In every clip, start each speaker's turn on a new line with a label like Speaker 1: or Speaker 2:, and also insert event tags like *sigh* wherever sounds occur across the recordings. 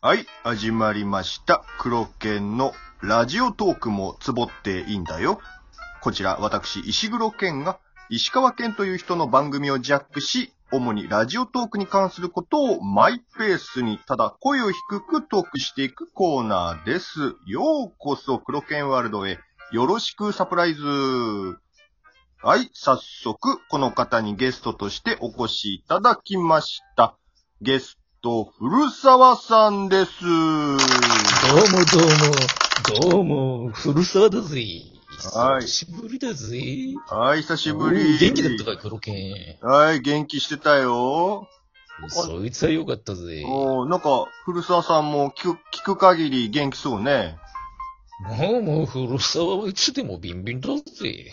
Speaker 1: はい、始まりました。黒剣のラジオトークもつぼっていいんだよ。こちら、私、石黒剣が、石川県という人の番組をジャックし、主にラジオトークに関することをマイペースに、ただ声を低くトークしていくコーナーです。ようこそ黒剣ワールドへ。よろしくサプライズ。はい、早速、この方にゲストとしてお越しいただきました。ゲスト、古沢さんです。
Speaker 2: どうもどうも、どうも、古沢だぜ。
Speaker 1: はい
Speaker 2: 久しぶりだぜ。
Speaker 1: はい、久しぶり。
Speaker 2: 元気だったかい、黒剣。
Speaker 1: はい、元気してたよ。
Speaker 2: そいつはよかったぜ。も
Speaker 1: おーなんか、古澤さんも聞く聞く限り元気そう
Speaker 2: *laughs*
Speaker 1: ね。
Speaker 2: うもう、古沢はいつでもビンビンだぜ。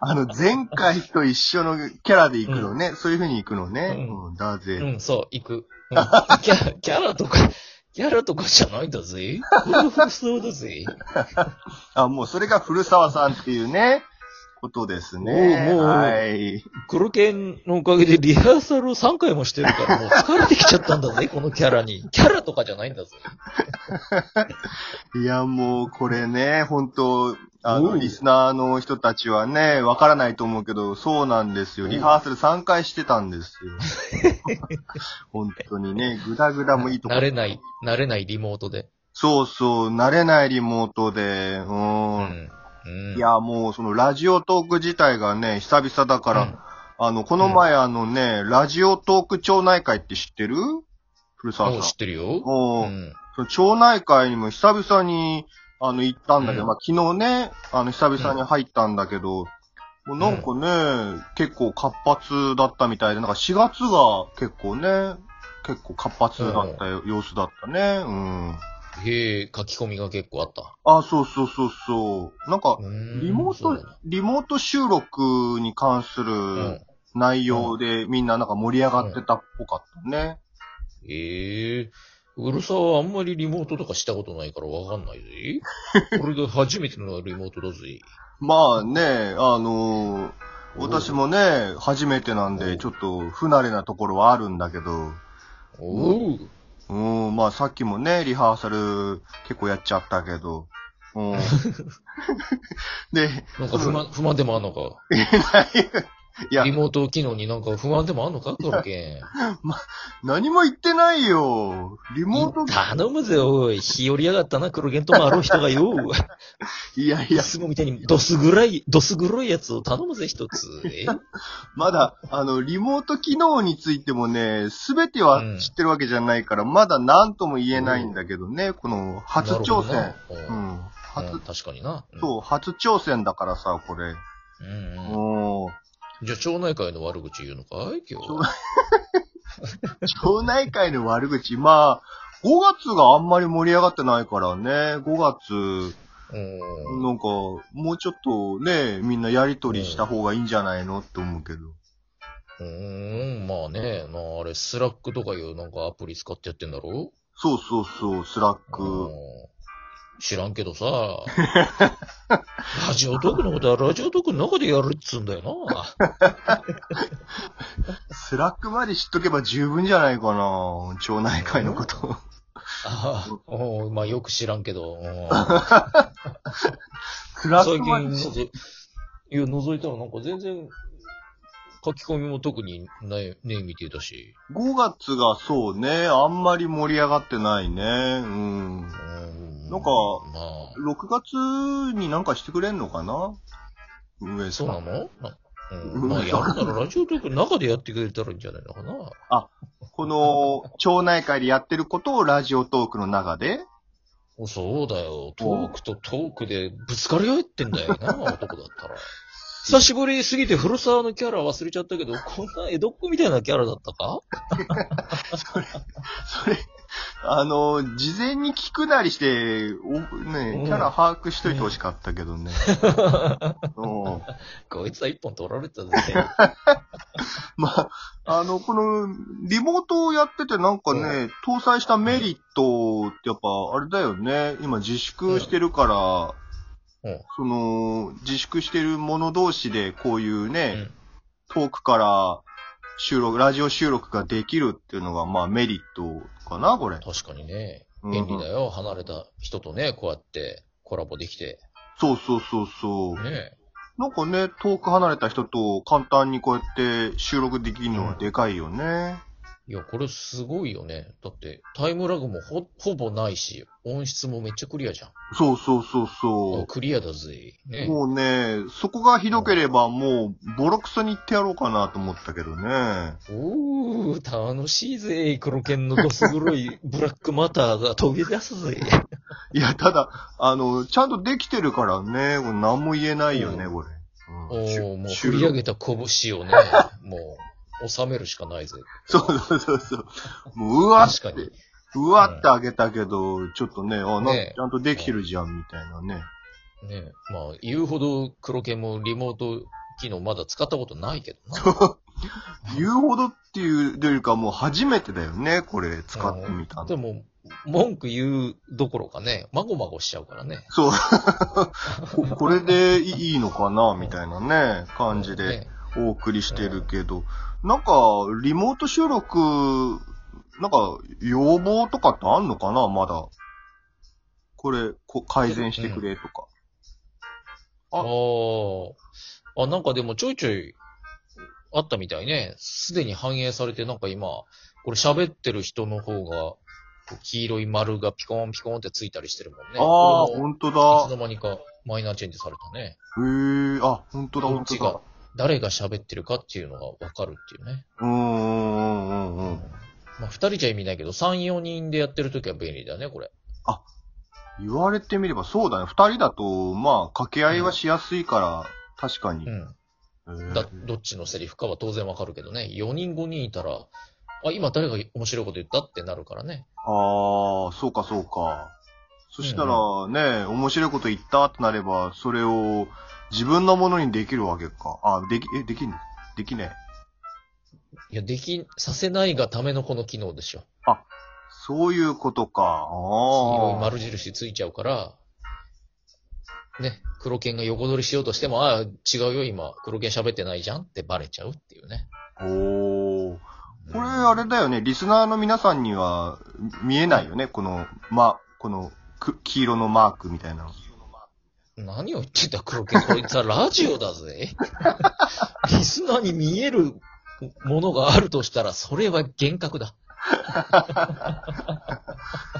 Speaker 1: あの、前回と一緒のキャラで行くのね。そういう風に行くのね。
Speaker 2: うん
Speaker 1: うん、だぜ。
Speaker 2: うん、そう、行く。うんキャ *laughs* キャラとか、キャラとかじゃないんだぜ。これは古沢だぜ。
Speaker 1: あ、もうそれが古澤さんっていうね、ことですね。
Speaker 2: おうもう
Speaker 1: はい。
Speaker 2: 黒剣のおかげでリハーサルを3回もしてるから、もう疲れてきちゃったんだぜ、このキャラに。キャラとかじゃないんだぜ。
Speaker 1: いや、もう、これね、本当あ
Speaker 2: お
Speaker 1: の、
Speaker 2: う
Speaker 1: リスナーの人たちはね、わからないと思うけど、そうなんですよ。
Speaker 2: おう
Speaker 1: リハーサル3回してたんですよ。
Speaker 2: *laughs*
Speaker 1: 本当にね、ぐだぐだもいいとこ
Speaker 2: 慣れない、慣れないリモートで。
Speaker 1: そうそう、慣れないリモートで、う。
Speaker 2: うんうん
Speaker 1: いや、もう、その、ラジオトーク自体がね、久々だから、
Speaker 2: うん
Speaker 1: あの、この前、あのね、ラジオトーク町内会って知ってる古澤
Speaker 2: もう知
Speaker 1: さ
Speaker 2: っ。てるよ。
Speaker 1: おう
Speaker 2: うん
Speaker 1: その町内会にも久々に、あの、行ったんだけど、
Speaker 2: うん
Speaker 1: まあ、昨日ね、あの、久々に入ったんだけど、もうなんかね、結構活発だったみたいで、なんか4月が結構ね、結構活発だったよ様子だったね。うん。
Speaker 2: へえ、書き込みが結構あった。
Speaker 1: あ、そうそうそうそう。なんか、リ
Speaker 2: リ
Speaker 1: モート、リモート収録に関す
Speaker 2: う
Speaker 1: る
Speaker 2: ん。
Speaker 1: 内容でみんななんか盛り上がってたっぽかったね。
Speaker 2: へえ。うるさはあんまりリモートとかしたことないからわかんな
Speaker 1: *laughs*
Speaker 2: いぜ。これが初めてのリモートだぜ。
Speaker 1: まあね、あのー
Speaker 2: おう
Speaker 1: 私もね、初めてなん
Speaker 2: お
Speaker 1: で、
Speaker 2: う
Speaker 1: ちょっと不慣れなところはあるんだけど、
Speaker 2: おう。
Speaker 1: うん、まあさっきもね、リハーサル結構やっちゃったけど、
Speaker 2: *laughs*
Speaker 1: うん。で、 *laughs*
Speaker 2: なんか不満、不満でもあんのか。
Speaker 1: いや
Speaker 2: リ、モート機能になんか不満でもあんのかこの件。
Speaker 1: 何も言ってないよ。リモート、
Speaker 2: 頼むぜ、おい。日和りやがったな、黒源ともあろう人がよ。
Speaker 1: *laughs* いやい
Speaker 2: い
Speaker 1: や、
Speaker 2: つもみたいに、どすぐらい、どす黒いやつを頼むぜ、一つ。え
Speaker 1: まだ、あの、リモート機能についてもね、すべては
Speaker 2: うん
Speaker 1: 知ってるわけじゃないから、まだ何とも言えないんだけどね、この初挑戦。。
Speaker 2: なるほ
Speaker 1: う
Speaker 2: どなうん
Speaker 1: ん。
Speaker 2: う
Speaker 1: 初
Speaker 2: ん、確かにな。うん
Speaker 1: そう、初挑戦だからさ、これ。
Speaker 2: うんうん。
Speaker 1: も
Speaker 2: じゃあ、町内会の悪口言うのかい今日は。
Speaker 1: う、町内会の悪口、まあ、5月があんまり盛り上がってないからね、5月、
Speaker 2: うん。
Speaker 1: なんか、もうちょっとね、みんなやりとりした方がいいんじゃないのって思うけど。
Speaker 2: うん、まあね、まああれ、スラックとかいうなんかアプリ使ってやってんだろ
Speaker 1: そうそうそう、スラッ
Speaker 2: うん
Speaker 1: ク。。
Speaker 2: 知らんけどさ。ラジオトークのことはラジオトークの中でやるっつうんだよな。
Speaker 1: スラックまで知っとけば十分じゃないかな、町内会のこと。
Speaker 2: ああ、うんまあよく知らんけど。うん
Speaker 1: *laughs* スラッ
Speaker 2: 最
Speaker 1: クまで知っ
Speaker 2: 近、いや、覗いたらなんか全然、書き込みも特にない、ねえ、見てたし。
Speaker 1: 5月がそうね、あんまり盛り上がってないね。うん。6
Speaker 2: うん。
Speaker 1: なんか
Speaker 2: まあ。
Speaker 1: 月になんかしてくれんのかな上さん
Speaker 2: そうなのな
Speaker 1: う
Speaker 2: うんん、まあ、やるならラジオトークの中でやってくれたらいいんじゃないのかな。
Speaker 1: この町内会でやってることをラジオトークの中で
Speaker 2: おそうだよ。トークとトークでぶつかり合ってんだよ *laughs* な、男だったら。久しぶりすぎて古沢のキャラ忘れちゃったけど、こんな江戸っ子みたいなキャラだったか
Speaker 1: それ、あの、事前に聞くなりして、おね
Speaker 2: う、ん
Speaker 1: キャラ把握しといてほしかったけど
Speaker 2: *laughs*
Speaker 1: ね。うん
Speaker 2: こいつは一本取られ *laughs* たぜ。
Speaker 1: *laughs* まあ、あの、この、リモートをやっててなんかね、搭載したメリットってやっぱあれだよね。今自粛してるから、
Speaker 2: うん
Speaker 1: その、自粛してる者同士でこういう
Speaker 2: う
Speaker 1: ね、
Speaker 2: ん。
Speaker 1: 遠くから収録、ラジオ収録ができるっていうのが、まあメリットかな、これ。
Speaker 2: 確かにね。
Speaker 1: うん
Speaker 2: 便利だよ。離れた人とね、こうやってコラボできて。
Speaker 1: そうそうそうそう。
Speaker 2: ね。
Speaker 1: なんかね、遠く離れた人と簡単にこうやって収録できるのはでかいよね。
Speaker 2: いや、これすごいよね。だって、タイムラグもほ、ほぼないし、音質もめっちゃクリアじゃん。
Speaker 1: そうそうそう
Speaker 2: あ
Speaker 1: そ
Speaker 2: クリアだぜ。
Speaker 1: う。
Speaker 2: ね。
Speaker 1: もうね、そこがひどければもうボロクソに言ってやろうかなと思ったけどね。
Speaker 2: おー、楽しいぜ。クロケンのどす黒いブラックマターが飛び出す *laughs* ぜ。
Speaker 1: いや、ただ、あの、ちゃんとできてるからね、これ何も言えないよね、
Speaker 2: うん
Speaker 1: これ。
Speaker 2: お
Speaker 1: ん
Speaker 2: ー、もう
Speaker 1: 収
Speaker 2: 振
Speaker 1: 録
Speaker 2: り上げた拳をね、もう、収めるしかない
Speaker 1: *laughs*
Speaker 2: ぜ。
Speaker 1: そうそうそうそう。もう、うわっ
Speaker 2: 確か
Speaker 1: て
Speaker 2: に。、
Speaker 1: うわってあげたけど、ちょっとね、あ、なんか
Speaker 2: ね
Speaker 1: ちゃんとできてるじゃん、みたいなね。
Speaker 2: ねまあ、言うほど黒犬もリモート機能まだ使ったことないけどな。
Speaker 1: 言うほどっていうよりかもう初めてだよね、これ使ってみたの。
Speaker 2: でも、文句言うどころかね、まごまごしちゃうからね。
Speaker 1: そう。ここれでいいのかな、みたいなね、感じで
Speaker 2: ね
Speaker 1: お送りしてるけど、なんか、リモート収録、なんか、要望とかってあんのかな、まだ。これ、こ改善してくれとか。
Speaker 2: ああ。あ、なんかでもちょいちょいあったみたいね。すでに反映されて、なんか今、これ喋ってる人の方が、こう黄色い丸がピコンピコンってついたりしてるもんね。
Speaker 1: ああ、
Speaker 2: これも
Speaker 1: 本当
Speaker 2: いつ
Speaker 1: だ。
Speaker 2: の間にかマイナーチェンジされたね。
Speaker 1: へえ、あ、本当だ、
Speaker 2: こ
Speaker 1: 本
Speaker 2: っち
Speaker 1: 当
Speaker 2: が
Speaker 1: だ。
Speaker 2: 誰が喋ってるかっていうのがわかるっていうね。
Speaker 1: うーん、うん、うん、うんうん。
Speaker 2: まあ、二人じゃ意味ないけど、三、四人でやってるときは便利だね、これ。
Speaker 1: 言われてみればそうだね。二人だと、まあ、掛け合いはしやすいから、確かに
Speaker 2: う。ん。
Speaker 1: へえ
Speaker 2: だ、どっちのセリフかは当然わかるけどね。四人、五人いたら、あ、今誰が面白いこと言ったってなるからね。
Speaker 1: ああ、そうかそうか。そしたらね、面白いこと言ったってなれば、それを自分のものにできるわけか。あ、でき、え、できんできねえ。
Speaker 2: いや、でき、させないがためのこの機能でしょ。
Speaker 1: そういうことか。
Speaker 2: 黄色い
Speaker 1: ああ。
Speaker 2: 丸印ついちゃうから、ね、黒剣が横取りしようとしても、ああ、違うよ、今、黒剣喋ってないじゃんってバレちゃうっていうね。
Speaker 1: おーこれ、
Speaker 2: うん
Speaker 1: あれだよね。リスナーの皆さんには見えないよね。この、ま、この、く黄色のマークみたいなの。
Speaker 2: 何を言ってんだ、黒剣。こいつはラジオだ
Speaker 1: *laughs*
Speaker 2: ぜ。リスナーに見えるものがあるとしたら、それは幻覚だ。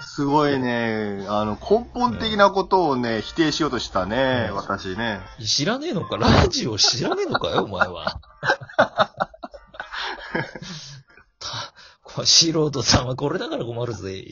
Speaker 1: すごいね。あの、根本的なことをね、否定しようとしたね。
Speaker 2: うん
Speaker 1: 私ね。 *laughs*
Speaker 2: 知らねえのかラジオ知らねえのかよ、お前 *laughs* は。たこ素人さんはこれだから困るぜ。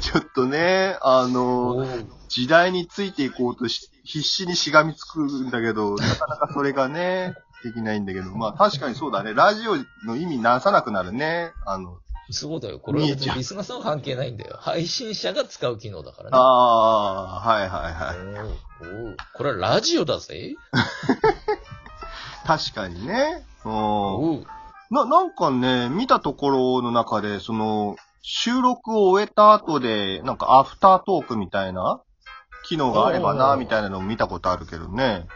Speaker 1: ちょっとね、あの、
Speaker 2: おう
Speaker 1: 時代についていこうとし、必死にしがみつくんだけど、なかなかそれがね、 *laughs* できないんだけど、まあ確かにそうだね。ラジオの意味なさなくなるね。あの、
Speaker 2: そうだよ。これは別にリスナーさんは関係ないんだよ。配信者が使う機能だからね。
Speaker 1: ああ、はいはいはい。
Speaker 2: おうおうこれはラジオだぜ。
Speaker 1: 確かにね。うん。
Speaker 2: おう
Speaker 1: な、なんかね、見たところの中で、その、収録を終えた後で、なんかアフタートークみたいな機能があれば
Speaker 2: お
Speaker 1: な、
Speaker 2: ー
Speaker 1: みたいなのも見たことあるけどね。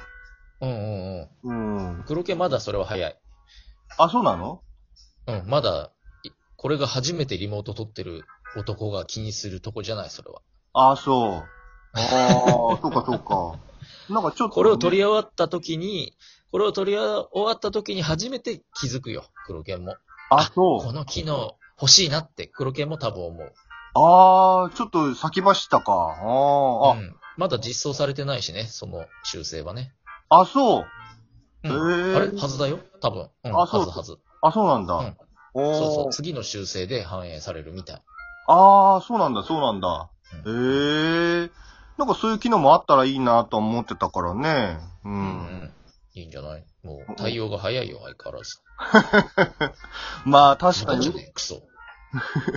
Speaker 2: うんうんうん。
Speaker 1: うん。
Speaker 2: 黒毛まだそれは早い。
Speaker 1: あ、そうなの
Speaker 2: うん、まだ、いこれが初めてリモート撮ってる男が気にするとこじゃない、それは。
Speaker 1: あ、そう。ああ、 *laughs* そうかそうか。なんかちょっとね、
Speaker 2: これを取り終わった時に、これを取り終わった時に初めて気づくよ、黒剣も。
Speaker 1: あ、そう
Speaker 2: こ。の機能欲しいなって黒剣も多分思う。
Speaker 1: ああ、ちょっと先走ったか。ああ、あ
Speaker 2: うん、まだ実装されてないしね、その修正はね。
Speaker 1: あ、そう。
Speaker 2: うん
Speaker 1: へえ
Speaker 2: あれはずだよ多分。うん、
Speaker 1: あ
Speaker 2: は
Speaker 1: そう
Speaker 2: ずはず。
Speaker 1: あ、そうなんだ。
Speaker 2: うん
Speaker 1: お
Speaker 2: そうそう。
Speaker 1: ー
Speaker 2: 次の修正で反映されるみたい。
Speaker 1: ああ、そうなんだ、そうなんだ。
Speaker 2: う
Speaker 1: へえ
Speaker 2: ん
Speaker 1: なんかそういう機能もあったらいいなとは思ってたからね。う。
Speaker 2: うんん。いいんじゃないもう対応が早いよ、相変わらず。
Speaker 1: まあ確か
Speaker 2: なん
Speaker 1: に
Speaker 2: だ、ね、ク
Speaker 1: *laughs*
Speaker 2: ソ。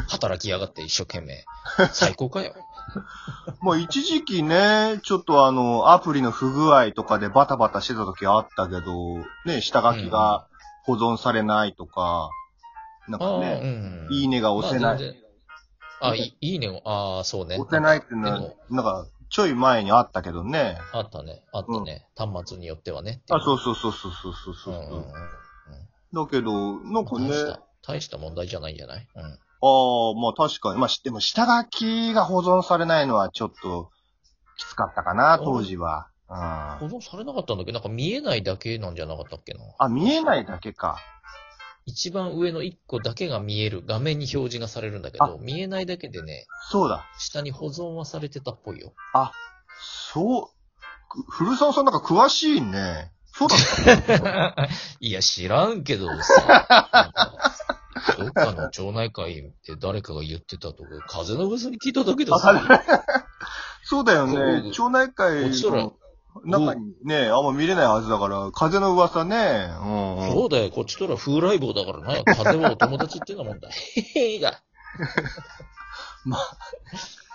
Speaker 2: 働きやがって一生懸命。最高かよ。
Speaker 1: まあ一時期ね、ちょっとあの、アプリの不具合とかでバタバタしてた時あったけど、ね、下書きが保存されないとか、なん
Speaker 2: あ
Speaker 1: か
Speaker 2: あ、う
Speaker 1: ね、
Speaker 2: ん。
Speaker 1: いいねが押せな
Speaker 2: まあ
Speaker 1: い。
Speaker 2: 全然あ、いいいいねを。ああ、そうね。
Speaker 1: 押せないっていうの
Speaker 2: で
Speaker 1: は
Speaker 2: も、
Speaker 1: なんか、ちょい前にあったけどね。
Speaker 2: あったね。あったね。端末によってはね。
Speaker 1: あ、そううそうそうそうそうそう
Speaker 2: う
Speaker 1: そ
Speaker 2: ん
Speaker 1: う、
Speaker 2: うんうん。
Speaker 1: だけど、なんかね
Speaker 2: 大、した、大した問題じゃないんじゃないうん。
Speaker 1: ああ、まあ確かに。まあ、しでも下書きが保存されないのはちょっときつかったかな、当時は。うん。あ、
Speaker 2: 保存されなかったんだけど、なんか見えないだけなんじゃなかったっけな。
Speaker 1: 見えないだけか。
Speaker 2: 一番上の1個だけが見える。画面に表示がされるんだけど、見えないだけでね、
Speaker 1: そうだ。
Speaker 2: 下に保存はされてたっぽ
Speaker 1: *laughs*
Speaker 2: いよ。
Speaker 1: そう。く古澤さんなんか詳しいね。そう
Speaker 2: *laughs*
Speaker 1: だったの
Speaker 2: いや、知らんけどさ。なんかどっかの町内会で誰かが言ってたとか、風の噂に聞いただけでさ、
Speaker 1: そうだよ
Speaker 2: そ
Speaker 1: ね。
Speaker 2: う
Speaker 1: 町内会
Speaker 2: こちとら
Speaker 1: の中にね、あんま見れないはずだから、風の噂ね。うん、うん。
Speaker 2: そうだよ、こっちとら風来坊だからな。風はお友達ってなもんだ。へへへだ。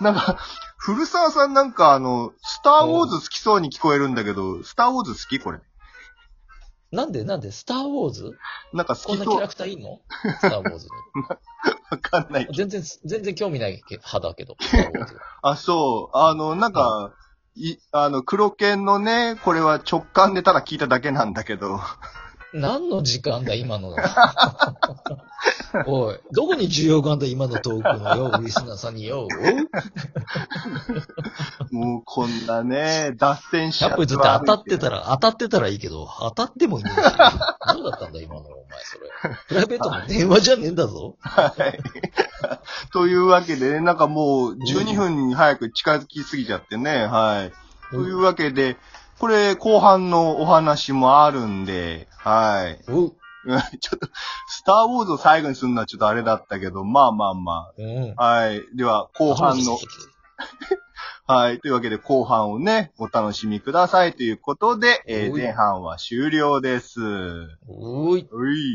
Speaker 1: なんか、古澤さんなんかあの、スターウォーズ好きそうに聞こえるんだけど、スターウォーズ好きこれ。
Speaker 2: なんでなんでスターウォーズ
Speaker 1: なんか
Speaker 2: こ
Speaker 1: 好
Speaker 2: ん
Speaker 1: き
Speaker 2: なキ
Speaker 1: そ
Speaker 2: ャ
Speaker 1: う
Speaker 2: ラ。クターい
Speaker 1: *laughs*
Speaker 2: んのスターウォーズ
Speaker 1: わかんない
Speaker 2: に。。全然、全然興味ない派だけ
Speaker 1: *laughs*
Speaker 2: ど。スターウォーズ
Speaker 1: あ、そう。あの、なんか、い、あの、黒犬のね、これは直感でただ聞いただけなんだけど。
Speaker 2: 何の時間だ、今の。おい、どこに需要があんだ、今のトーク
Speaker 1: *laughs*
Speaker 2: のよ、リスナーさんによ。
Speaker 1: もうこんなね、脱線しちゃ
Speaker 2: やっぱりずっと当たってたら、当たってたらいいけど、当たってもいねえし。何だったんだ、今の、お前、それ。
Speaker 1: *laughs*
Speaker 2: プライベートの電話じゃねえんだぞ。
Speaker 1: はい。というわけでね、なんかもう12分に早く近づきすぎちゃってね、はい。というわけで、これ後半のお話もあるんで、はい。 *laughs*
Speaker 2: うん。
Speaker 1: うんちょっと、スターウォーズを最後にするのはちょっとあれだったけど、まあまあま
Speaker 2: うん。
Speaker 1: あ。はい。では、後半の、はい。というわけで、後半をね、お楽しみくださいということで、えー
Speaker 2: おい
Speaker 1: 前半は終了です。
Speaker 2: おい。
Speaker 1: うい。